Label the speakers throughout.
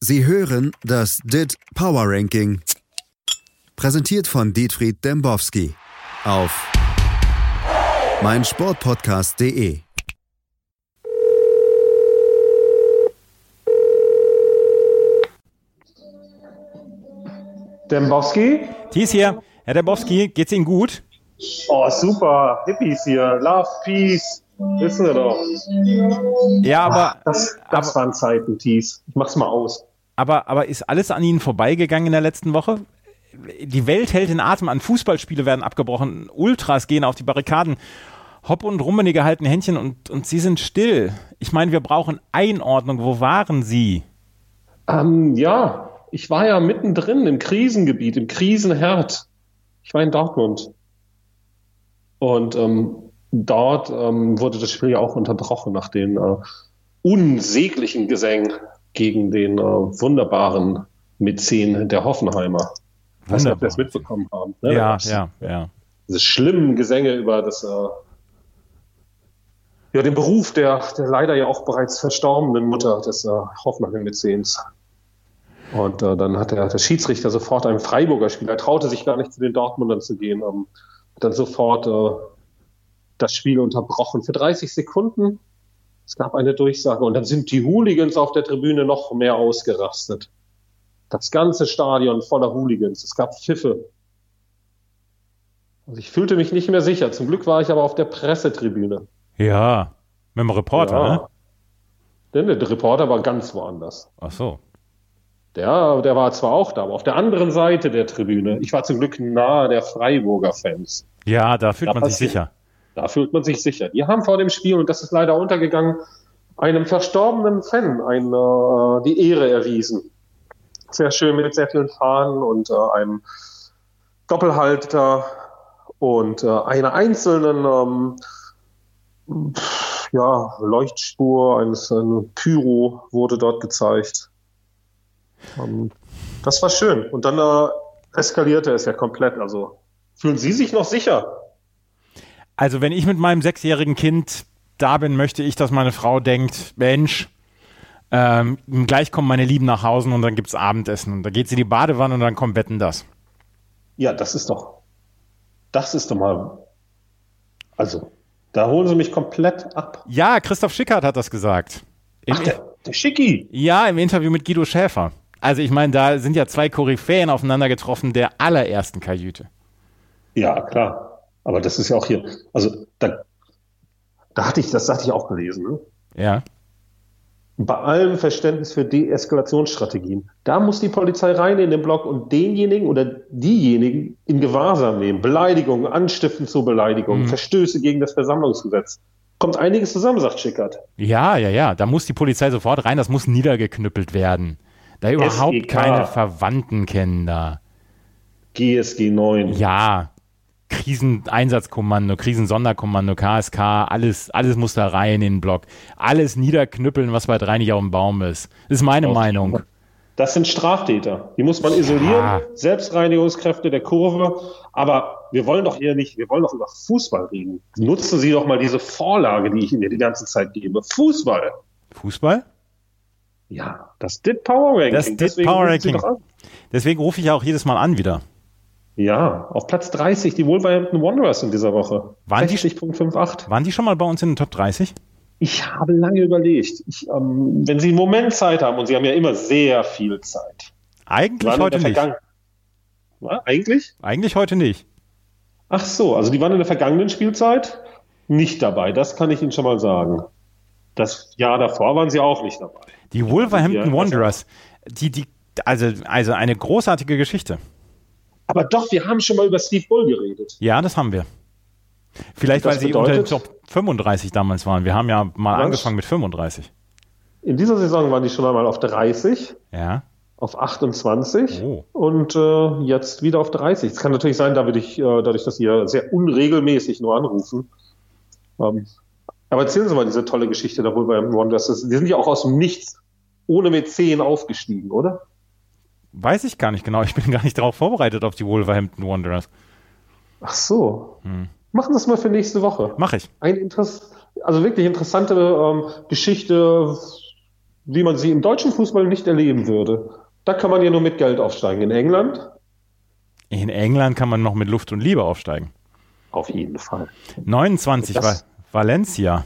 Speaker 1: Sie hören das DIT Power Ranking. Präsentiert von Dietfried Dembowski auf meinsportpodcast.de.
Speaker 2: Dembowski?
Speaker 3: Thies hier. Herr Dembowski, geht's Ihnen gut?
Speaker 2: Oh, super. Hippies hier. Love, Peace. Wissen wir doch.
Speaker 3: Ja, aber,
Speaker 2: Das, das waren Zeiten, Thies. Ich mach's mal aus.
Speaker 3: aber, aber ist alles an Ihnen vorbeigegangen in der letzten Woche? Die Welt hält den Atem an, Fußballspiele werden abgebrochen, Ultras gehen auf die Barrikaden, Hopp und Rummenigge halten Händchen und, und Sie sind still. Ich meine, wir brauchen Einordnung. Wo waren Sie?
Speaker 2: Ähm, ja, ich war ja mittendrin im Krisengebiet, im Krisenherd. Ich war in Dortmund. Und ähm, dort ähm, wurde das Spiel ja auch unterbrochen nach den äh, unsäglichen Gesängen gegen den äh, wunderbaren Mäzen der Hoffenheimer. Ich weiß nicht, ob wir das mitbekommen haben. Ne? Da
Speaker 3: Ja,
Speaker 2: gab's
Speaker 3: ja, ja.
Speaker 2: diese schlimmen Gesänge über das, äh, ja, den Beruf der, der leider ja auch bereits verstorbenen Mutter des äh, Hoffenheim-Mäzens. Und äh, dann hat der, der Schiedsrichter sofort einem Freiburger Spieler, er traute sich gar nicht zu den Dortmundern zu gehen, ähm, hat dann sofort äh, das Spiel unterbrochen für 30 Sekunden. Es gab eine Durchsage und dann sind die Hooligans auf der Tribüne noch mehr ausgerastet. Das ganze Stadion voller Hooligans. Es gab Pfiffe, also ich fühlte mich nicht mehr sicher. Zum Glück war ich aber auf der Pressetribüne.
Speaker 3: Ja, mit dem Reporter, ne?
Speaker 2: Denn der Reporter war ganz woanders.
Speaker 3: Ach so.
Speaker 2: Der, der war zwar auch da, aber auf der anderen Seite der Tribüne. Ich war zum Glück nahe der Freiburger Fans.
Speaker 3: Ja, da fühlt
Speaker 2: Da
Speaker 3: man sich
Speaker 2: passiert-
Speaker 3: sicher.
Speaker 2: Da fühlt man sich sicher. Die haben vor dem Spiel, und das ist leider untergegangen, einem verstorbenen Fan ein, äh, die Ehre erwiesen. Sehr schön mit sehr vielen Fahnen und äh, einem Doppelhalter und äh, einer einzelnen ähm, pf, ja, Leuchtspur eines äh, Pyro wurde dort gezeigt. Ähm, das war schön. Und dann äh, eskalierte es ja komplett. Also fühlen Sie sich noch sicher?
Speaker 3: Also, wenn ich mit meinem sechsjährigen Kind da bin, möchte ich, dass meine Frau denkt, Mensch, ähm, gleich kommen meine Lieben nach Hause und dann gibt's Abendessen. Und dann geht sie in die Badewanne und dann kommt Wetten das.
Speaker 2: Ja, das ist doch, das ist doch mal, also, da holen sie mich komplett ab.
Speaker 3: Ja, Christoph Schickhardt hat das gesagt. Im,
Speaker 2: Ach, der, der Schicki.
Speaker 3: ja, im Interview mit Guido Schäfer. Also ich meine, da sind ja zwei Koryphäen aufeinander getroffen der allerersten Kajüte.
Speaker 2: Ja, klar. Aber das ist ja auch hier, also, da, da hatte ich, das hatte ich auch gelesen, ne?
Speaker 3: Ja.
Speaker 2: Bei allem Verständnis für Deeskalationsstrategien, da muss die Polizei rein in den Block und denjenigen oder diejenigen in Gewahrsam nehmen. Beleidigung, Anstiften zur Beleidigung, Verstöße gegen das Versammlungsgesetz. Kommt einiges zusammen, sagt Schickert.
Speaker 3: Ja, ja, ja. Da muss die Polizei sofort rein, das muss niedergeknüppelt werden. Da überhaupt
Speaker 2: SEK.
Speaker 3: keine Verwandten kennen da.
Speaker 2: GSG 9.
Speaker 3: Ja. Kriseneinsatzkommando, Krisensonderkommando, KSK, alles, alles muss da rein in den Block. Alles niederknüppeln, was bei drei nicht auf dem Baum ist. Ist meine
Speaker 2: Auf-
Speaker 3: Meinung.
Speaker 2: Das sind Straftäter. Die muss man isolieren.
Speaker 3: Ja.
Speaker 2: Selbstreinigungskräfte der Kurve. Aber wir wollen doch hier nicht, wir wollen doch über Fußball reden. Nutzen Sie doch mal diese Vorlage, die ich Ihnen die ganze Zeit gebe. Fußball.
Speaker 3: Fußball?
Speaker 2: Ja, das DIT Power Ranking.
Speaker 3: Das DIT
Speaker 2: Deswegen
Speaker 3: Power
Speaker 2: rufen Sie
Speaker 3: Ranking.
Speaker 2: doch an.
Speaker 3: Deswegen rufe ich ja auch jedes Mal an wieder.
Speaker 2: Ja, auf Platz 30 die Wolverhampton Wanderers in dieser Woche.
Speaker 3: Waren die-
Speaker 2: 60.58.
Speaker 3: Waren die schon mal bei uns in den Top 30?
Speaker 2: Ich habe lange überlegt. Ich, ähm, wenn Sie einen Moment Zeit haben, und Sie haben ja immer sehr viel Zeit.
Speaker 3: Eigentlich
Speaker 2: Waren in
Speaker 3: heute
Speaker 2: der
Speaker 3: nicht.
Speaker 2: Vergangen- Na, eigentlich?
Speaker 3: Eigentlich heute nicht.
Speaker 2: Ach so, also die waren in der vergangenen Spielzeit nicht dabei. Das kann ich Ihnen schon mal sagen. Das Jahr davor waren sie auch nicht dabei.
Speaker 3: Die Wolverhampton
Speaker 2: Ja,
Speaker 3: Wanderers, die, die, also, also eine großartige Geschichte.
Speaker 2: Aber doch, wir haben schon mal über Steve Bull geredet.
Speaker 3: Ja, das haben wir. Vielleicht,
Speaker 2: Das
Speaker 3: weil sie unter den
Speaker 2: bedeutet-
Speaker 3: Top 35 damals waren. Wir haben ja mal
Speaker 2: Was?
Speaker 3: angefangen mit 35.
Speaker 2: In dieser Saison waren die schon einmal auf 30,
Speaker 3: Ja.
Speaker 2: auf 28
Speaker 3: Oh.
Speaker 2: und äh, jetzt wieder auf 30. Es kann natürlich sein, da würde ich, äh, dadurch, dass Sie ja sehr unregelmäßig nur anrufen. Ähm, aber erzählen Sie mal diese tolle Geschichte darüber im Wanderers. Das- Die sind ja auch aus dem Nichts ohne Mäzen aufgestiegen, oder?
Speaker 3: Weiß ich gar nicht genau. Ich bin gar nicht darauf vorbereitet auf die Wolverhampton Wanderers.
Speaker 2: Ach so. Machen Sie das mal für nächste Woche.
Speaker 3: Mach ich.
Speaker 2: ein Interess also wirklich interessante ähm, Geschichte, wie man sie im deutschen Fußball nicht erleben würde. Da kann man ja nur mit Geld aufsteigen. In England?
Speaker 3: In England kann man noch mit Luft und Liebe aufsteigen.
Speaker 2: Auf jeden Fall.
Speaker 3: 29 war
Speaker 2: Das- Hm,
Speaker 3: Valencia.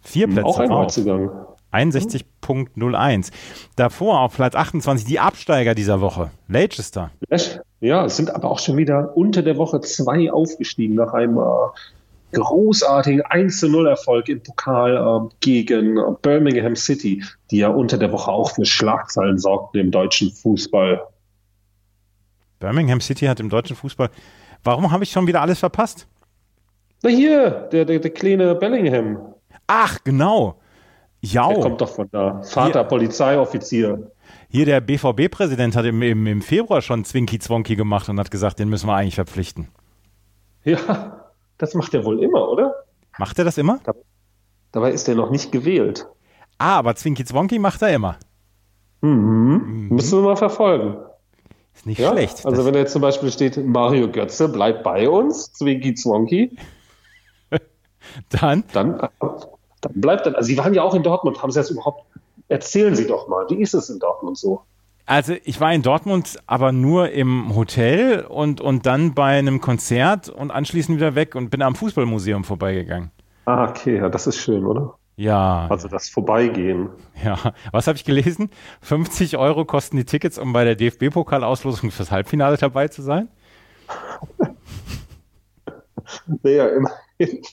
Speaker 3: Vier Plätze
Speaker 2: Auch ein
Speaker 3: drauf.
Speaker 2: Neuzugang.
Speaker 3: 61.01. Davor auf Platz 28 die Absteiger dieser Woche. Leicester.
Speaker 2: Echt? Ja, es sind aber auch schon wieder unter der Woche zwei aufgestiegen nach einem äh, großartigen 1-0-Erfolg im Pokal äh, gegen äh, Birmingham City, die ja unter der Woche auch für Schlagzeilen sorgten im deutschen Fußball.
Speaker 3: Birmingham City hat im deutschen Fußball. Warum habe ich schon wieder alles verpasst?
Speaker 2: Na hier, der, der, der kleine Bellingham,
Speaker 3: Ach, genau.
Speaker 2: der
Speaker 3: Jau.
Speaker 2: kommt doch von da. Vater
Speaker 3: Hier.
Speaker 2: Polizeioffizier.
Speaker 3: Hier der BVB-Präsident hat im, im, im Februar schon Zwinki-Zwonki gemacht und hat gesagt, den müssen wir eigentlich verpflichten.
Speaker 2: Ja, das macht er wohl immer, oder?
Speaker 3: Macht er das immer?
Speaker 2: Dabei ist er noch nicht gewählt.
Speaker 3: Ah, aber Zwinki-Zwonki macht er immer.
Speaker 2: Mhm. Müssen wir mal verfolgen.
Speaker 3: Ist nicht
Speaker 2: Ja?
Speaker 3: schlecht.
Speaker 2: Also
Speaker 3: Das-
Speaker 2: wenn da jetzt zum Beispiel steht, Mario Götze bleibt bei uns, Zwinki Zwonki,
Speaker 3: dann
Speaker 2: dann, dann bleibt er. Also sie waren ja auch in Dortmund, haben sie das überhaupt, erzählen Sie doch mal, wie ist es in Dortmund so?
Speaker 3: Also ich war in Dortmund, aber nur im Hotel und, und dann bei einem Konzert und anschließend wieder weg und bin am Fußballmuseum vorbeigegangen.
Speaker 2: Ah, okay, ja, das ist schön, oder?
Speaker 3: Ja,
Speaker 2: Also das Vorbeigehen.
Speaker 3: ja. Was habe ich gelesen? 50 Euro kosten die Tickets, um bei der DFB-Pokalauslosung fürs Halbfinale dabei zu sein.
Speaker 2: Naja, immerhin.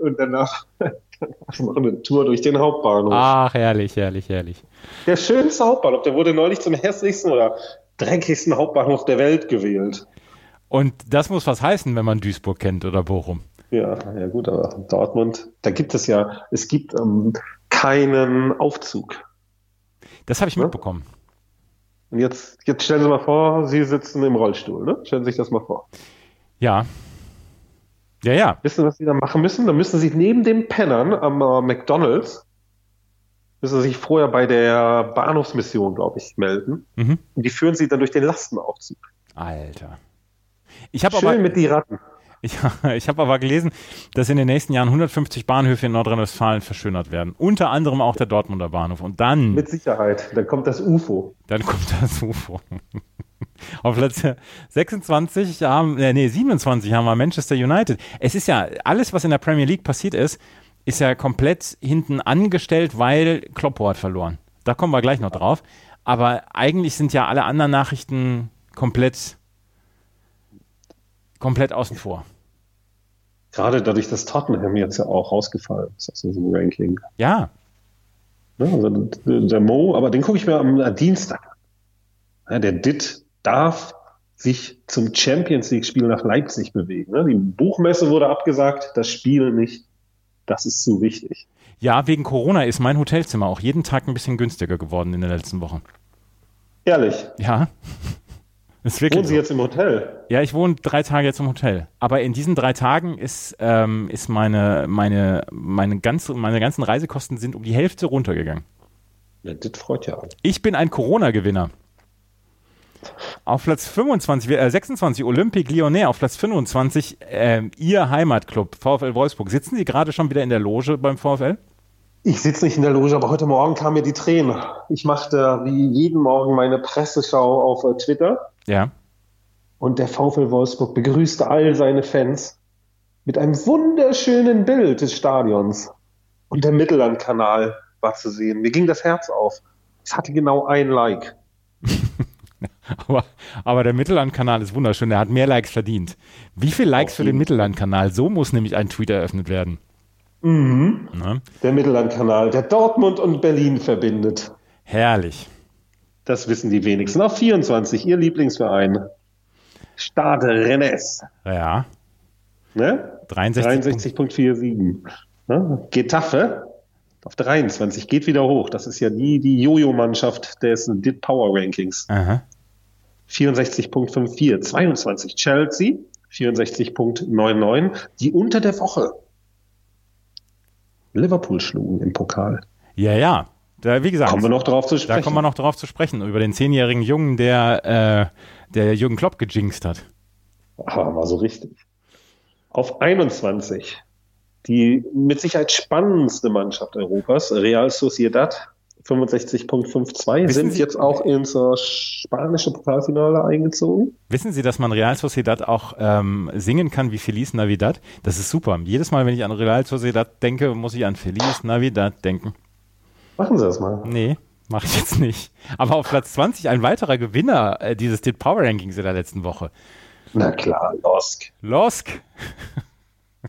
Speaker 2: Und danach, danach machen wir eine Tour durch den Hauptbahnhof.
Speaker 3: Ach, herrlich, herrlich, herrlich.
Speaker 2: Der schönste Hauptbahnhof, der wurde neulich zum hässlichsten oder dreckigsten Hauptbahnhof der Welt gewählt.
Speaker 3: Und das muss was heißen, wenn man Duisburg kennt oder Bochum.
Speaker 2: Ja, ja gut, aber Dortmund, da gibt es ja, es gibt ähm, keinen Aufzug.
Speaker 3: Das habe ich
Speaker 2: Ja.
Speaker 3: mitbekommen.
Speaker 2: Und jetzt, jetzt stellen Sie mal vor, Sie sitzen im Rollstuhl, ne? Stellen Sie sich das mal vor.
Speaker 3: Ja. Ja, ja.
Speaker 2: Wissen Sie, was Sie da machen müssen? Da müssen Sie neben den Pennern am äh, McDonalds, müssen Sie sich vorher bei der Bahnhofsmission, glaube ich, melden.
Speaker 3: Mhm.
Speaker 2: Und die führen Sie dann durch den Lastenaufzug.
Speaker 3: Alter. Ich habe aber
Speaker 2: Schön mit die Ratten.
Speaker 3: Ich, ich habe aber gelesen, dass in den nächsten Jahren 150 Bahnhöfe in Nordrhein-Westfalen verschönert werden. Unter anderem auch der Dortmunder Bahnhof. Und dann,
Speaker 2: Mit Sicherheit. Dann kommt das UFO.
Speaker 3: dann kommt das UFO. Auf Platz 26 haben, äh, nee, 27 haben wir Manchester United. Es ist ja, alles, was in der Premier League passiert ist, ist ja komplett hinten angestellt, weil Kloppo hat verloren. Da kommen wir gleich noch drauf. Aber eigentlich sind ja alle anderen Nachrichten komplett, komplett außen vor.
Speaker 2: Gerade dadurch, dass Tottenham jetzt ja auch rausgefallen ist aus diesem Ranking.
Speaker 3: Ja,
Speaker 2: Ne, also der Mo, aber den gucke ich mir am Dienstag. an. Ja, der Dit darf sich zum Champions League-Spiel nach Leipzig bewegen. Ne? Die Buchmesse wurde abgesagt, das Spiel nicht. Das ist zu wichtig.
Speaker 3: Ja, wegen Corona ist mein Hotelzimmer auch jeden Tag ein bisschen günstiger geworden in der letzten Woche.
Speaker 2: Ehrlich,
Speaker 3: Ja. Ist
Speaker 2: wohnen
Speaker 3: wirklich
Speaker 2: Sie
Speaker 3: so.
Speaker 2: jetzt im Hotel?
Speaker 3: Ja, ich wohne drei Tage jetzt im Hotel. Aber in diesen drei Tagen ist, ähm, ist meine, meine, meine, ganze, meine ganzen Reisekosten sind um die Hälfte runtergegangen.
Speaker 2: Ja, Dit freut ja alle.
Speaker 3: Ich bin ein Corona-Gewinner. Auf Platz 25, wir- äh, 26 Olympique Lyonnais, auf Platz 25 ähm, Ihr Heimatclub VfL Wolfsburg. Sitzen Sie gerade schon wieder in der Loge beim VfL?
Speaker 2: Ich sitze nicht in der Loge, aber heute Morgen kamen mir die Tränen. Ich machte wie jeden Morgen meine Presseschau auf äh, Twitter.
Speaker 3: Ja.
Speaker 2: Und der VfL Wolfsburg begrüßte all seine Fans mit einem wunderschönen Bild des Stadions. Und der Mittellandkanal war zu sehen. Mir ging das Herz auf. Es hatte genau ein Like.
Speaker 3: Aber, aber der Mittellandkanal ist wunderschön. Der hat mehr Likes verdient. Wie viel Likes
Speaker 2: Auf
Speaker 3: für den
Speaker 2: jeden.
Speaker 3: Mittellandkanal? So muss nämlich ein Tweet eröffnet werden. Ne?
Speaker 2: Der Mittellandkanal, der Dortmund und Berlin verbindet.
Speaker 3: Herrlich.
Speaker 2: Das wissen die wenigsten. Auf 24, ihr Lieblingsverein. Stade Rennes.
Speaker 3: Ja.
Speaker 2: Ne?
Speaker 3: 63.
Speaker 2: 63.47. Ne? Getafe auf 23, geht wieder hoch. Das ist ja die, die Jojo-Mannschaft des Dit Power Rankings.
Speaker 3: Aha.
Speaker 2: 64.54, 22 Chelsea, 64.99, die unter der Woche Liverpool schlugen im Pokal.
Speaker 3: Ja, ja. Da, wie gesagt,
Speaker 2: Kommen wir noch drauf zu
Speaker 3: da
Speaker 2: sprechen.
Speaker 3: kommen wir noch drauf zu sprechen. Über den zehnjährigen Jungen, der, äh, der Jürgen Klopp gejinxt hat.
Speaker 2: Ah, war so richtig. Auf 21 die mit Sicherheit spannendste Mannschaft Europas, Real Sociedad, 65.52,
Speaker 3: Wissen
Speaker 2: sind
Speaker 3: Sie-
Speaker 2: jetzt auch ins äh, spanische Pokalfinale eingezogen.
Speaker 3: Wissen Sie, dass man Real Sociedad auch ähm, singen kann wie Feliz Navidad? Das ist super. Jedes Mal, wenn ich an Real Sociedad denke, muss ich an Feliz Navidad denken.
Speaker 2: Machen Sie das mal.
Speaker 3: Nee, mache ich jetzt nicht. Aber auf Platz 20 ein weiterer Gewinner äh, dieses Dit Power Rankings in der letzten Woche.
Speaker 2: Na klar, Losk.
Speaker 3: Losk.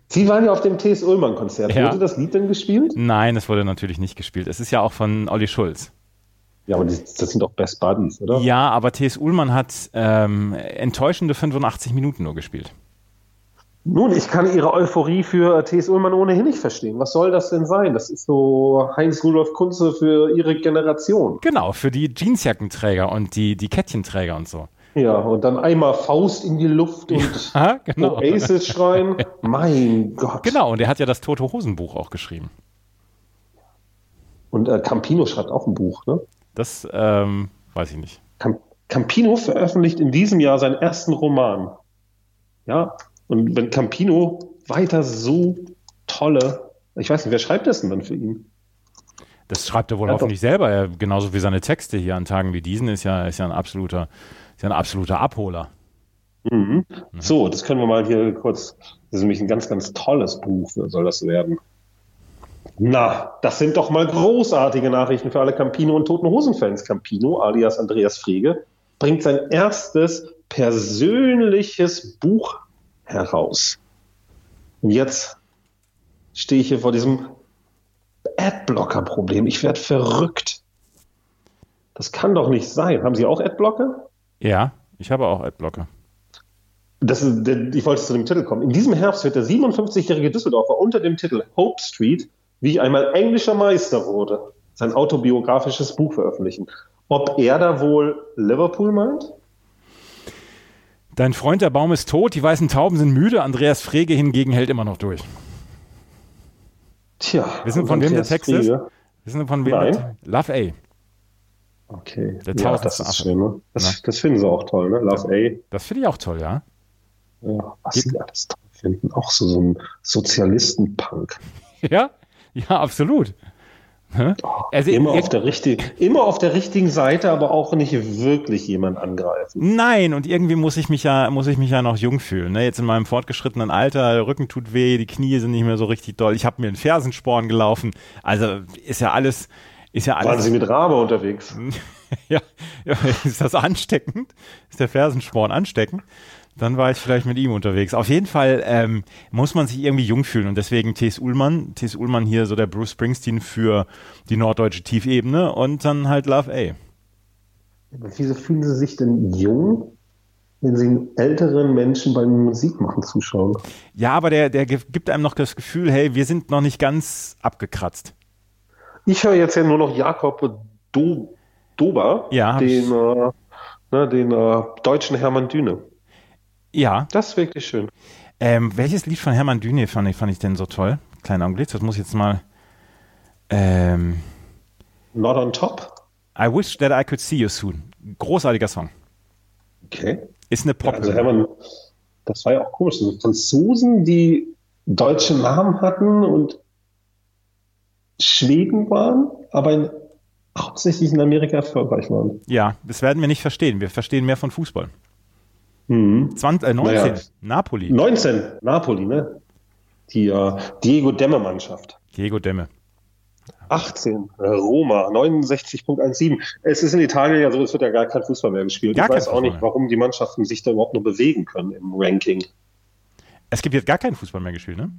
Speaker 2: Sie waren ja auf dem TS Ullmann-Konzert.
Speaker 3: Ja.
Speaker 2: Wurde das Lied denn gespielt?
Speaker 3: Nein, es wurde natürlich nicht gespielt. Es ist ja auch von Olli Schulz.
Speaker 2: Ja, aber das, das sind doch Best Buddies, oder?
Speaker 3: Ja, aber T.S. Ullmann hat ähm, enttäuschende 85 Minuten nur gespielt.
Speaker 2: Nun, ich kann Ihre Euphorie für T.S. Ullmann ohnehin nicht verstehen. Was soll das denn sein? Das ist so Heinz-Rudolf Kunze für Ihre Generation.
Speaker 3: Genau, für die Jeansjackenträger und die, die Kettchenträger und so.
Speaker 2: Ja, und dann einmal Faust in die Luft und
Speaker 3: Aha, genau.
Speaker 2: Oasis schreien. Mein Gott.
Speaker 3: Genau, und er hat ja das Tote Hosenbuch auch geschrieben.
Speaker 2: Und äh, Campino schreibt auch ein Buch, ne?
Speaker 3: Das ähm, weiß ich nicht.
Speaker 2: Cam Campino veröffentlicht in diesem Jahr seinen ersten Roman. Ja, und wenn Campino weiter so tolle, ich weiß nicht, wer schreibt das denn dann für ihn?
Speaker 3: Das schreibt er wohl
Speaker 2: Ja, doch.
Speaker 3: hoffentlich selber, er, genauso wie seine Texte hier an Tagen wie diesen ist ja, ist ja ein absoluter, ist ja ein absoluter Abholer.
Speaker 2: Mhm. So, das können wir mal hier kurz. Das ist nämlich ein ganz, ganz tolles Buch, ne, soll das werden. Na, das sind doch mal großartige Nachrichten für alle Campino und Toten Hosen-Fans. Campino, alias Andreas Frege, bringt sein erstes persönliches Buch heraus. Und jetzt stehe ich hier vor diesem Adblocker-Problem. Ich werde verrückt. Das kann doch nicht sein. Haben Sie auch Adblocker?
Speaker 3: Ja, ich habe auch Adblocker.
Speaker 2: Das ist, der- ich wollte zu dem Titel kommen. In diesem Herbst wird der 57-jährige Düsseldorfer unter dem Titel Hope Street, wie ich einmal englischer Meister wurde, sein autobiografisches Buch veröffentlichen. Ob er da wohl Liverpool meint?
Speaker 3: Dein Freund, der Baum ist tot, die weißen Tauben sind müde, Andreas Frege hingegen hält immer noch durch.
Speaker 2: Tja.
Speaker 3: Wissen Sie, von wem der
Speaker 2: Andreas
Speaker 3: Text
Speaker 2: Frege.
Speaker 3: ist? Wissen Sie, von wem?
Speaker 2: Nein.
Speaker 3: das- Love A.
Speaker 2: Okay. ja,
Speaker 3: Der
Speaker 2: das
Speaker 3: tausendste
Speaker 2: ist
Speaker 3: Affe.
Speaker 2: schön, ne? Das, das finden sie auch toll, ne? Love A.
Speaker 3: Das finde ich auch toll, ja.
Speaker 2: Ja, was
Speaker 3: Geht-
Speaker 2: sie alles toll finden. Auch so, so ein Sozialisten-Punk.
Speaker 3: Ja? Ja, absolut. Hä? Also,
Speaker 2: Immer
Speaker 3: ir-
Speaker 2: auf, der richtigen, immer auf der richtigen Seite, aber auch nicht wirklich jemand angreifen.
Speaker 3: Nein, und irgendwie muss ich mich ja, muss ich mich ja noch jung fühlen. Ne? Jetzt in meinem fortgeschrittenen Alter, der Rücken tut weh, die Knie sind nicht mehr so richtig doll. Ich habe mir einen Fersensporn gelaufen. Also ist ja alles, ist ja
Speaker 2: Waren sie
Speaker 3: alles.
Speaker 2: mit Rabe unterwegs?
Speaker 3: Ja, ja, ist das ansteckend? Ist der Fersensporn ansteckend? Dann war ich vielleicht mit ihm unterwegs. Auf jeden Fall ähm, muss man sich irgendwie jung fühlen und deswegen T.S. Ullmann, T.S. Ullmann hier so der Bruce Springsteen für die norddeutsche Tiefebene und dann halt Love A.
Speaker 2: Wieso fühlen Sie sich denn jung, wenn Sie einen älteren Menschen beim Musikmachen zuschauen?
Speaker 3: Ja, aber der, der ge- gibt einem noch das Gefühl, hey, wir sind noch nicht ganz abgekratzt.
Speaker 2: Ich höre jetzt ja nur noch Jakob Do Dober,
Speaker 3: Ja, hab ich-
Speaker 2: den, äh, ne, den äh, deutschen Hermann Düne.
Speaker 3: Ja.
Speaker 2: Das ist wirklich schön.
Speaker 3: Ähm, welches Lied von Hermann Düne fand ich, fand ich denn so toll? Kleiner Augenblick, das muss ich jetzt mal. Ähm,
Speaker 2: Not on top.
Speaker 3: I wish that I could see you soon. Großartiger Song.
Speaker 2: Okay.
Speaker 3: Ist eine pop
Speaker 2: Also Hermann, das war ja auch komisch. So Franzosen, die deutsche Namen hatten und Schweden waren, aber in, hauptsächlich in Amerika erfolgreich waren.
Speaker 3: Ja, das werden wir nicht verstehen. Wir verstehen mehr von Fußball.
Speaker 2: Mhm.
Speaker 3: 20, äh, 19,
Speaker 2: Naja. Hm.
Speaker 3: Napoli,
Speaker 2: 19, Napoli, ne? Die äh, Diego Demme-Mannschaft.
Speaker 3: Diego Demme.
Speaker 2: 18, äh, Roma, 69.17. Es ist in Italien ja so, es wird ja gar kein Fußball mehr gespielt.
Speaker 3: Gar
Speaker 2: ich weiß
Speaker 3: kein
Speaker 2: auch
Speaker 3: Fußball
Speaker 2: nicht,
Speaker 3: mehr.
Speaker 2: warum die Mannschaften sich da überhaupt noch bewegen können im Ranking.
Speaker 3: Es gibt jetzt gar keinen Fußball mehr gespielt, ne?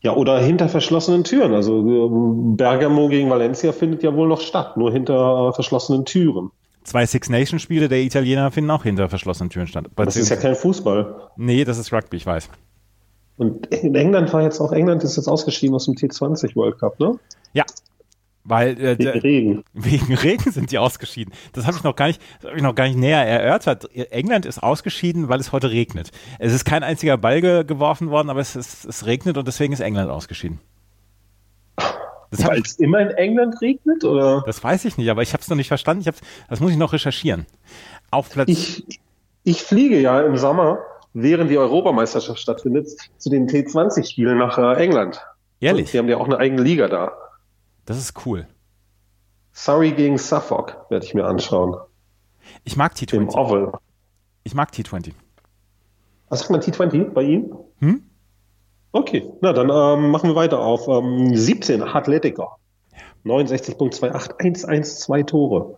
Speaker 2: Ja, oder hinter verschlossenen Türen. Also äh, Bergamo gegen Valencia findet ja wohl noch statt, nur hinter äh, verschlossenen Türen.
Speaker 3: Zwei Six Nations Spiele der Italiener finden auch hinter verschlossenen Türen statt.
Speaker 2: Das ist ja kein Fußball.
Speaker 3: nee, das ist Rugby, ich weiß.
Speaker 2: Und in England war jetzt auch, England ist jetzt ausgeschieden aus dem T20 World Cup, ne?
Speaker 3: Ja, weil äh,
Speaker 2: Wegen
Speaker 3: der-
Speaker 2: Regen.
Speaker 3: Wegen Regen sind die ausgeschieden. Das habe ich noch gar nicht, das habe ich noch gar nicht näher erörtert. England ist ausgeschieden, weil es heute regnet. Es ist kein einziger Ball ge geworfen worden, aber es, ist, es regnet und deswegen ist England ausgeschieden. Das, hab,
Speaker 2: Weil
Speaker 3: ich-
Speaker 2: es immer in England regnet, oder?
Speaker 3: das weiß ich nicht, aber ich habe es noch nicht verstanden. Ich hab's, das muss ich noch recherchieren. Auf Platz.
Speaker 2: ich, ich fliege ja im Sommer während die Europameisterschaft stattfindet, zu den T20-Spielen nach äh, England.
Speaker 3: Ehrlich?
Speaker 2: Die haben ja auch eine eigene Liga da.
Speaker 3: Das ist cool.
Speaker 2: Surrey gegen Suffolk werde ich mir anschauen.
Speaker 3: Ich mag
Speaker 2: Im
Speaker 3: T20.
Speaker 2: Oval.
Speaker 3: Ich mag T20.
Speaker 2: Was sagt man T20 bei Ihnen?
Speaker 3: Hm?
Speaker 2: Okay, na dann ähm, machen wir weiter auf ähm, 17, Athletiker. 69.28, 112 Tore.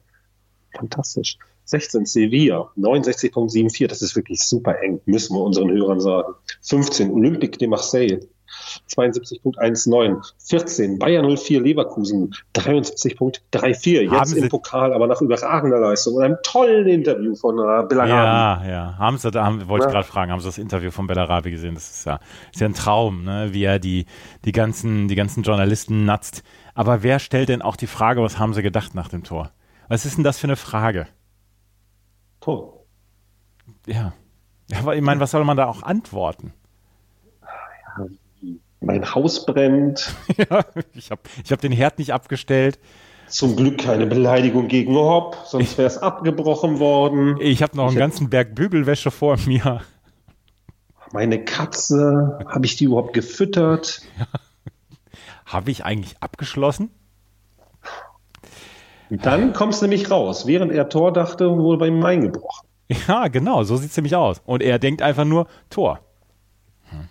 Speaker 2: Fantastisch. 16, Sevilla, 69.74, das ist wirklich super eng, müssen wir unseren Hörern sagen. 15, Olympique de Marseille, 72.19. 14, Bayern 04, Leverkusen, 73.34. Jetzt
Speaker 3: Haben Sie-
Speaker 2: im Pokal, aber nach überragender Leistung und einem tollen Interview von äh, Bellarabi.
Speaker 3: Ja, ja. Haben Sie, da haben, wollte ich
Speaker 2: Ja.
Speaker 3: gerade fragen, haben Sie das Interview von Bellarabi gesehen? Das ist ja, ist ja ein Traum, ne? wie er die, die, ganzen, die ganzen Journalisten natzt. Aber wer stellt denn auch die Frage, was haben Sie gedacht nach dem Tor? Was ist denn das für eine Frage?
Speaker 2: Toll.
Speaker 3: Ja. Ja, Aber ich meine, was soll man da auch antworten?
Speaker 2: Mein Haus brennt.
Speaker 3: Ja, ich habe ich hab den Herd nicht abgestellt.
Speaker 2: Zum Glück keine Beleidigung gegen Hopp, sonst wäre es abgebrochen worden.
Speaker 3: Ich habe noch einen ganzen Berg Bügelwäsche vor mir.
Speaker 2: Meine Katze, habe ich die überhaupt gefüttert?
Speaker 3: Habe ich eigentlich abgeschlossen?
Speaker 2: Dann kommst du nämlich raus. Während er Tor dachte, wurde bei ihm eingebrochen.
Speaker 3: Ja, genau, so sieht es nämlich aus. Und er denkt einfach nur Tor. Hm.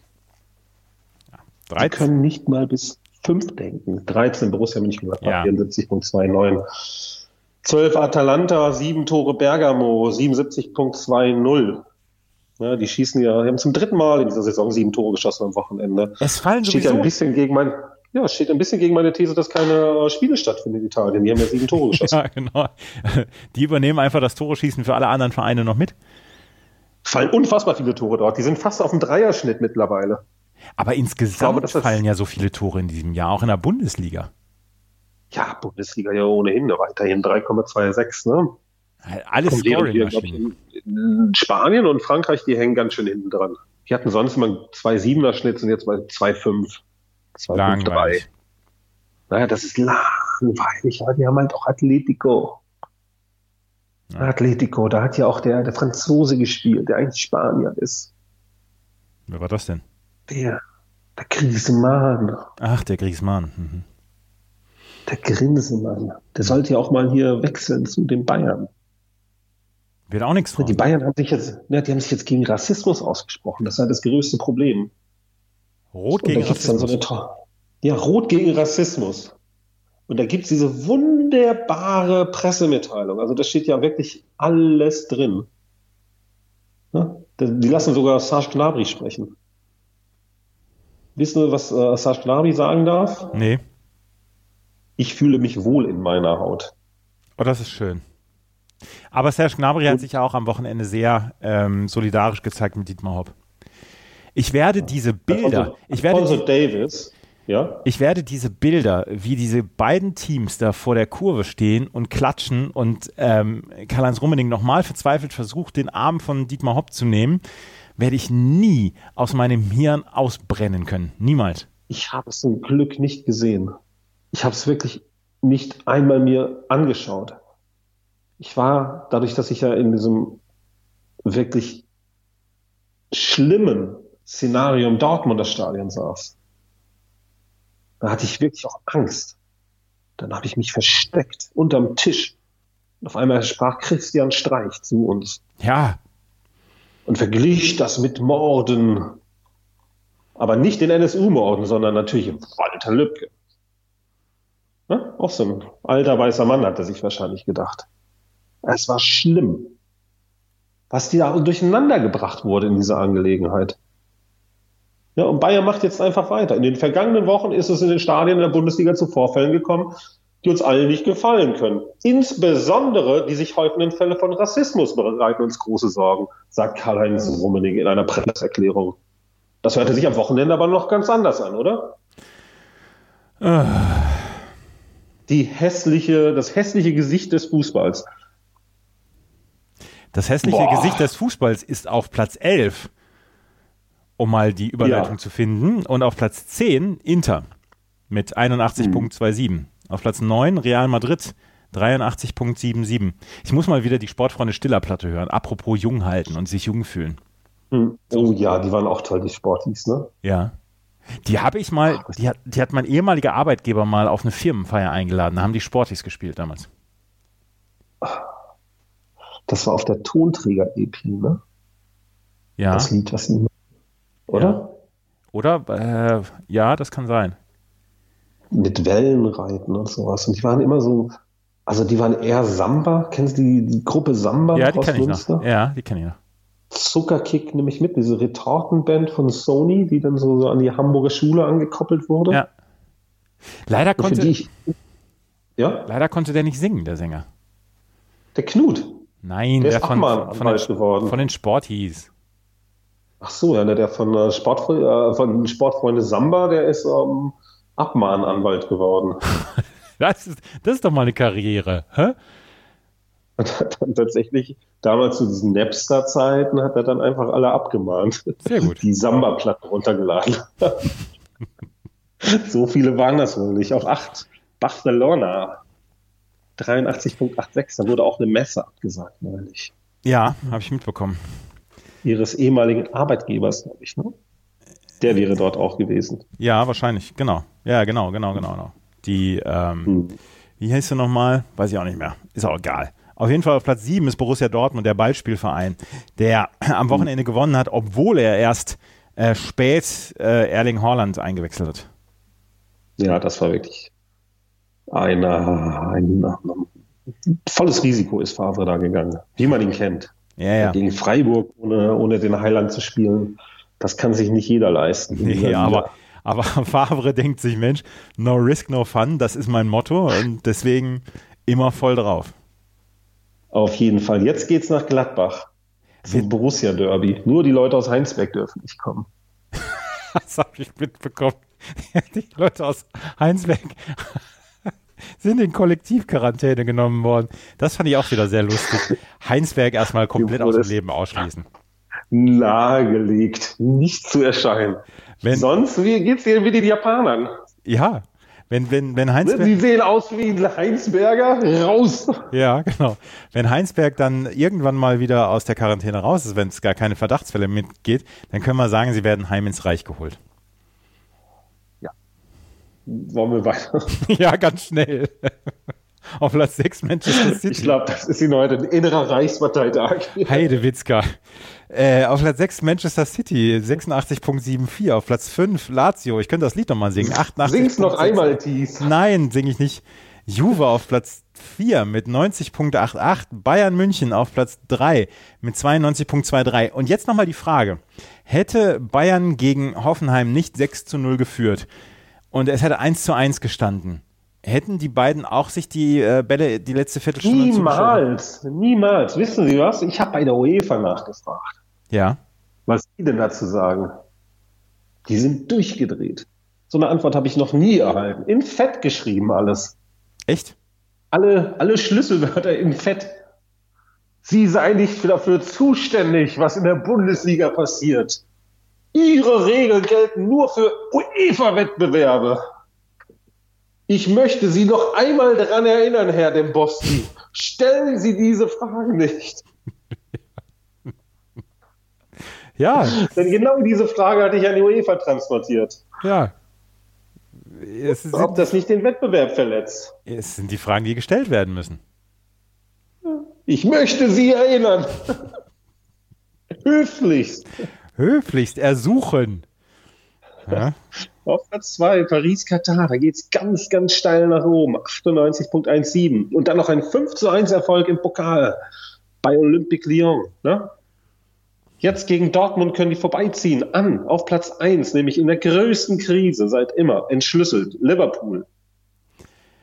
Speaker 3: Ja,
Speaker 2: Die
Speaker 3: 13.
Speaker 2: können nicht mal bis fünf denken. 13 Borussia Mönchengladbach,
Speaker 3: Ja.
Speaker 2: 74.29. 12 Atalanta, 7 Tore Bergamo, 77.20. Ja, die schießen ja, die haben zum dritten Mal in dieser Saison sieben Tore geschossen am Wochenende.
Speaker 3: Es fallen
Speaker 2: steht ein
Speaker 3: sowieso.
Speaker 2: bisschen gegen mein, ja, steht ein bisschen gegen meine These, dass keine äh, Spiele stattfinden in Italien. Die haben ja sieben Tore geschossen.
Speaker 3: Ja, genau. Die übernehmen einfach das Tore-Schießen für alle anderen Vereine noch mit.
Speaker 2: Fallen unfassbar viele Tore dort. Die sind fast auf dem Dreierschnitt mittlerweile.
Speaker 3: Aber insgesamt
Speaker 2: glaube, das ist-
Speaker 3: fallen ja so viele Tore in diesem Jahr, auch in der Bundesliga.
Speaker 2: Ja, Bundesliga ja ohnehin weiterhin 3,26. Ne?
Speaker 3: Alles
Speaker 2: Und während wir, glaub ich,
Speaker 3: Scoring-Maschinen.
Speaker 2: in Spanien und Frankreich, die hängen ganz schön hinten dran. Die hatten sonst immer einen 2,7er-Schnitt und jetzt mal 2,5. 2,53.
Speaker 3: Langweilig.
Speaker 2: Naja, das ist langweilig, aber die haben halt auch Atletico.
Speaker 3: Ja.
Speaker 2: Atletico, da hat ja auch der, der Franzose gespielt, der eigentlich Spanier ist.
Speaker 3: Wer war das denn?
Speaker 2: Der, der Grisemann,
Speaker 3: Ach, der Griezmann. Mhm.
Speaker 2: der Grinsemann, der sollte ja auch mal hier wechseln zu den Bayern.
Speaker 3: Wird auch nichts
Speaker 2: Die
Speaker 3: draus.
Speaker 2: Bayern haben sich jetzt, ne, die haben sich jetzt gegen Rassismus ausgesprochen. Das ist halt das größte Problem.
Speaker 3: Rot
Speaker 2: Und da
Speaker 3: gegen
Speaker 2: gibt's dann so
Speaker 3: Rassismus.
Speaker 2: eine to- Ja, Rot gegen Rassismus. Und da gibt es diese wunderbare Pressemitteilung. Also da steht ja wirklich alles drin. Ne? Da- Die lassen sogar Serge Gnabry sprechen. Wissen Sie, was äh, Serge Gnabry sagen darf?
Speaker 3: Nee,
Speaker 2: Ich fühle mich wohl in meiner Haut.
Speaker 3: oh, das ist schön. Aber Serge Gnabry hat sich ja auch am Wochenende sehr ähm, solidarisch gezeigt mit Dietmar Hopp. Ich werde diese Bilder,
Speaker 2: Alfonso,
Speaker 3: ich werde
Speaker 2: Also Alfonso Davis, ja,
Speaker 3: Ich werde diese Bilder, wie diese beiden Teams da vor der Kurve stehen und klatschen und ähm, Karl-Heinz Rummening nochmal verzweifelt versucht, den Arm von Dietmar Hopp zu nehmen, werde ich nie aus meinem Hirn ausbrennen können. Niemals.
Speaker 2: ich habe es zum Glück nicht gesehen. Ich habe es wirklich nicht einmal mir angeschaut. Ich war, dadurch, dass ich ja in diesem wirklich schlimmen Szenario im Dortmunder Stadion saß, da hatte ich wirklich auch Angst. Dann habe ich mich versteckt unterm Tisch. Und auf einmal sprach Christian Streich zu uns
Speaker 3: Ja,
Speaker 2: und verglich das mit Morden. Aber nicht den NSU-Morden, sondern natürlich Walter Lübcke. Ne? Auch so ein alter weißer Mann hat er sich wahrscheinlich gedacht. Es war schlimm, was die da durcheinander gebracht wurde in dieser Angelegenheit. Ja, und Bayern macht jetzt einfach weiter. In den vergangenen Wochen ist es in den Stadien der Bundesliga zu Vorfällen gekommen, die uns allen nicht gefallen können. Insbesondere die sich häufenden Fälle von Rassismus bereiten uns große Sorgen, sagt Karl-Heinz Rummenigge in einer Presseerklärung. Das hörte sich am Wochenende aber noch ganz anders an, oder? Die hässliche, das hässliche Gesicht des Fußballs.
Speaker 3: das hässliche
Speaker 2: Boah.
Speaker 3: Gesicht des Fußballs ist auf Platz 11, um mal die Überleitung
Speaker 2: Ja.
Speaker 3: zu finden. Und auf Platz 10 Inter mit
Speaker 2: Hm.
Speaker 3: 81.27. Auf Platz 9 Real Madrid 83.77. Ich muss mal wieder die Sportfreunde Stiller Platte hören. Apropos jung halten und sich jung fühlen.
Speaker 2: Hm. Oh ja, die waren auch toll, die Sportlis, ne?
Speaker 3: Ja. Die habe ich mal, die hat, die hat mein ehemaliger Arbeitgeber mal auf eine Firmenfeier eingeladen. Da haben die Sportis gespielt damals.
Speaker 2: Das war auf der Tonträger-EP, ne?
Speaker 3: Ja.
Speaker 2: Das Lied, was ihm. Oder?
Speaker 3: Oder? Äh, ja, das kann sein.
Speaker 2: Mit Wellenreiten und sowas. Und die waren immer so, also die waren eher Samba. Kennst du die, die Gruppe Samba
Speaker 3: Ja, die
Speaker 2: aus
Speaker 3: kenne ich
Speaker 2: Münster?
Speaker 3: noch. Ja, die kenne ich noch.
Speaker 2: Zuckerkick nehme ich mit, diese Retortenband von Sony, die dann so, so an die Hamburger Schule angekoppelt wurde.
Speaker 3: Ja. äh, Leider
Speaker 2: Und für
Speaker 3: konnte,
Speaker 2: die ich, ja,
Speaker 3: leider konnte der nicht singen, der Sänger.
Speaker 2: der Knut.
Speaker 3: Nein,
Speaker 2: Der
Speaker 3: der,
Speaker 2: ist auch
Speaker 3: von,
Speaker 2: mal
Speaker 3: von,
Speaker 2: Anwalt
Speaker 3: den,
Speaker 2: geworden.
Speaker 3: von den Sportis.
Speaker 2: Ach so, ja, ne, der von, äh, Sportfre äh, von Sportfreunde Samba, der ist ähm, Abmahnanwalt geworden.
Speaker 3: Das ist, das ist doch mal eine Karriere. Hä?
Speaker 2: Und hat dann tatsächlich damals zu diesen Napster-Zeiten hat er dann einfach alle abgemahnt.
Speaker 3: Sehr gut.
Speaker 2: Die Samba-Platten runtergeladen. so viele waren das wohl nicht. Auf 8 Barcelona. 83.86, da wurde auch eine Messe abgesagt, neulich.
Speaker 3: Ja, habe ich mitbekommen.
Speaker 2: Ihres ehemaligen Arbeitgebers, glaube ich, ne? Der wäre dort auch gewesen.
Speaker 3: Ja, wahrscheinlich, genau. Ja, genau, genau, genau. genau. Die, ähm,
Speaker 2: Hm.
Speaker 3: wie heißt sie nochmal? Weiß ich auch nicht mehr. Ist auch egal. Auf jeden Fall auf Platz 7 ist Borussia Dortmund, der Ballspielverein, der
Speaker 2: Hm.
Speaker 3: am Wochenende gewonnen hat, obwohl er erst äh, spät äh, Erling Haaland eingewechselt hat.
Speaker 2: Ja, das war wirklich ein, äh, ein, ein volles Risiko ist Favre da gegangen, wie man ihn kennt.
Speaker 3: Ja, ja.
Speaker 2: Gegen Freiburg ohne, ohne den Heiland zu spielen, das kann sich nicht jeder leisten. Also,
Speaker 3: Nee, aber, aber Favre denkt sich, Mensch, no risk, no fun, das ist mein Motto und deswegen immer voll drauf.
Speaker 2: Auf jeden Fall. Jetzt geht's nach Gladbach. Zum Borussia-Derby. Nur die Leute aus Heinsberg dürfen nicht kommen.
Speaker 3: Das habe ich mitbekommen. Die Leute aus Heinsberg sind in Kollektivquarantäne genommen worden. Das fand ich auch wieder sehr lustig. Heinsberg erstmal komplett aus dem Leben ausschließen.
Speaker 2: Nahegelegt, nicht zu erscheinen.
Speaker 3: Wenn-
Speaker 2: Sonst wie geht's dir wie den Japanern?
Speaker 3: Ja, wenn, wenn, wenn
Speaker 2: Ne?
Speaker 3: Heinsberg.
Speaker 2: Sie sehen aus wie ein Heinsberger. Raus!
Speaker 3: Ja, genau. Wenn Heinsberg dann irgendwann mal wieder aus der Quarantäne raus ist, wenn es gar keine Verdachtsfälle mitgeht, dann können wir sagen, sie werden heim ins Reich geholt.
Speaker 2: Wollen wir weiter?
Speaker 3: Ja, ganz schnell. Auf Platz 6 Manchester City.
Speaker 2: Ich glaube, das ist Ihnen heute ein innerer Reichsparteitag.
Speaker 3: Heidewitzka. Äh, auf Platz 6 Manchester City, 86.74. Auf Platz 5 Lazio. Ich könnte das Lied nochmal singen. 88.
Speaker 2: Sing's noch einmal, Thies.
Speaker 3: Nein, singe ich nicht. Juve auf Platz 4 mit 90.88. Bayern München auf Platz 3 mit 92.23. Und jetzt nochmal die Frage. Hätte Bayern gegen Hoffenheim nicht 6 zu 0 geführt und es hätte 1 zu 1 gestanden, hätten die beiden auch sich die äh, Bälle die letzte Viertelstunde zugeschoben?
Speaker 2: Niemals, niemals. Wissen Sie was? Ich habe bei der UEFA nachgefragt,
Speaker 3: Ja.
Speaker 2: was die denn dazu sagen. Die sind durchgedreht. So eine Antwort habe ich noch nie erhalten. In Fett geschrieben alles.
Speaker 3: Echt?
Speaker 2: Alle, alle Schlüsselwörter in Fett. Sie seien nicht dafür zuständig, was in der Bundesliga passiert. Ihre Regeln gelten nur für UEFA-Wettbewerbe. Ich möchte Sie noch einmal daran erinnern, Herr Demboski. Stellen Sie diese Fragen nicht.
Speaker 3: Ja,
Speaker 2: Denn genau diese Frage hatte ich an die UEFA transportiert.
Speaker 3: ja. Es sind,
Speaker 2: Ob das nicht den Wettbewerb verletzt.
Speaker 3: es sind die Fragen, die gestellt werden müssen.
Speaker 2: Ich möchte Sie erinnern. Höflichst.
Speaker 3: Höflichst ersuchen. Ja,
Speaker 2: Auf Platz 2, Paris-Katar, da geht's ganz, ganz steil nach oben. 98.17. Und dann noch ein 5 zu 1 Erfolg im Pokal bei Olympique Lyon. Ne? Jetzt gegen Dortmund können die vorbeiziehen. An, auf Platz 1, nämlich in der größten Krise seit immer, entschlüsselt. Liverpool.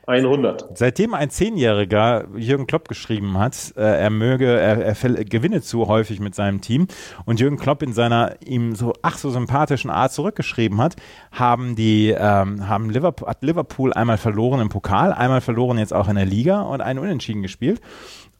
Speaker 2: 100.
Speaker 3: Seitdem ein Zehnjähriger Jürgen Klopp geschrieben hat, äh, er möge, er, er fäll- gewinne zu häufig mit seinem Team und Jürgen Klopp in seiner ihm so ach so sympathischen Art zurückgeschrieben hat, haben die ähm, haben Liverpool, hat Liverpool einmal verloren im Pokal, einmal verloren jetzt auch in der Liga und einen Unentschieden gespielt.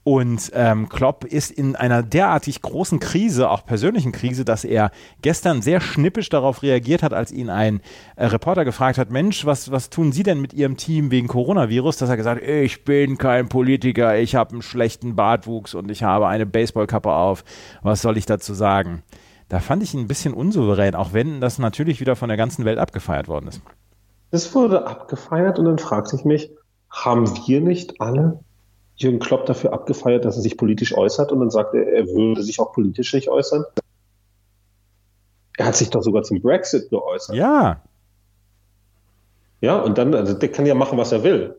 Speaker 3: Und ähm, Klopp ist in einer derartig großen Krise, auch persönlichen Krise, dass er gestern sehr schnippisch darauf reagiert hat, als ihn ein äh, Reporter gefragt hat, Mensch, was, was tun Sie denn mit Ihrem Team wegen Coronavirus? Dass er gesagt, hat, ich bin kein Politiker, ich habe einen schlechten Bartwuchs und ich habe eine Baseballkappe auf. Was soll ich dazu sagen? Da fand ich ihn ein bisschen unsouverän, auch wenn das natürlich wieder von der ganzen Welt abgefeiert worden ist.
Speaker 2: Das wurde abgefeiert und dann fragte ich mich, haben wir nicht alle Jürgen Klopp dafür abgefeiert, dass er sich politisch äußert und dann sagt er, er würde sich auch politisch nicht äußern? Er hat sich doch sogar zum Brexit geäußert.
Speaker 3: Ja,
Speaker 2: Ja, und dann, also der kann ja machen, was er will.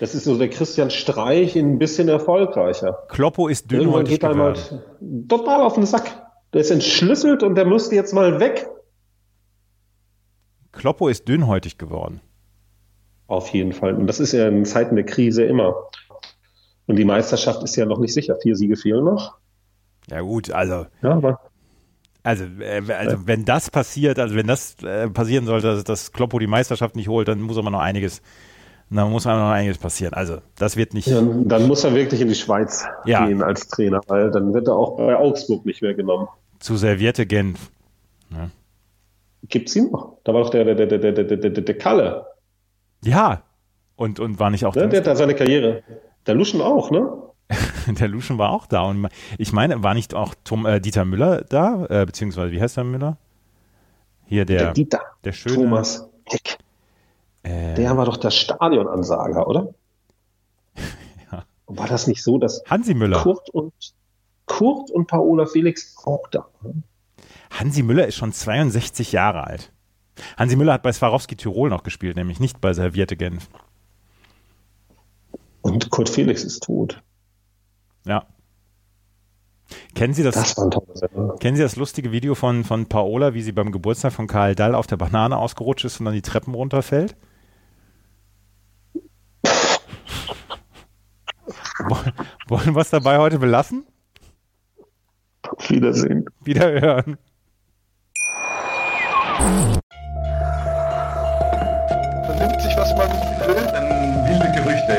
Speaker 2: Das ist so der Christian Streich in ein bisschen erfolgreicher.
Speaker 3: Kloppo ist
Speaker 2: Irgendwann
Speaker 3: dünnhäutig
Speaker 2: geht einem
Speaker 3: geworden.
Speaker 2: halt total auf den Sack. Der ist entschlüsselt und der müsste jetzt mal weg.
Speaker 3: Kloppo ist dünnhäutig geworden.
Speaker 2: Auf jeden Fall. Und das ist ja in Zeiten der Krise immer. Und die Meisterschaft ist ja noch nicht sicher. Vier Siege fehlen noch.
Speaker 3: Ja gut, also,
Speaker 2: Ja, aber
Speaker 3: also, äh, also wenn das passiert, also wenn das äh, passieren sollte, dass, dass Kloppo die Meisterschaft nicht holt, dann muss aber noch einiges, dann muss aber noch einiges passieren. Also das wird nicht.
Speaker 2: dann, dann muss er wirklich in die Schweiz
Speaker 3: Ja.
Speaker 2: gehen als Trainer, weil dann wird er auch bei Augsburg nicht mehr genommen.
Speaker 3: zu Serviette Genf.
Speaker 2: Gibt's ihn noch? Da war doch der, der, der, der, der, der, der, der Kalle.
Speaker 3: Ja. Und, und war nicht auch
Speaker 2: Ne? Der
Speaker 3: der,
Speaker 2: hat da seine Karriere. Der Luschen auch, ne?
Speaker 3: der Luschen war auch da. Und ich meine, war nicht auch Tom, äh, Dieter Müller da? Äh, beziehungsweise, wie heißt der Müller? Hier der,
Speaker 2: Der Dieter.
Speaker 3: der schöne-
Speaker 2: Thomas Heck.
Speaker 3: äh,
Speaker 2: Der war doch der Stadionansager, oder?
Speaker 3: Ja.
Speaker 2: War das nicht so, dass
Speaker 3: Hansi Müller.
Speaker 2: Kurt und, Kurt und Paola Felix auch da waren?
Speaker 3: Hansi Müller ist schon 62 Jahre alt. Hansi Müller hat bei Swarovski Tirol noch gespielt, nämlich nicht bei Serviette Genf.
Speaker 2: Und Kurt Felix ist tot.
Speaker 3: Ja. Kennen Sie das,
Speaker 2: Das war ein toller Sender.
Speaker 3: kennen Sie das lustige Video von, von Paola, wie sie beim Geburtstag von Karl Dall auf der Banane ausgerutscht ist und dann die Treppen runterfällt? Woll- Wollen wir es dabei heute belassen?
Speaker 2: Auf Wiedersehen.
Speaker 3: Wiederhören.
Speaker 4: nimmt sich, was man will.
Speaker 5: dann viele Gerüchte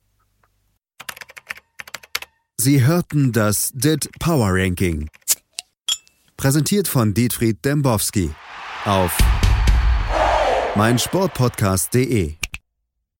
Speaker 1: Sie hörten das DIT Power Ranking. Präsentiert von Dietfried Dembowski auf meinsportpodcast.de.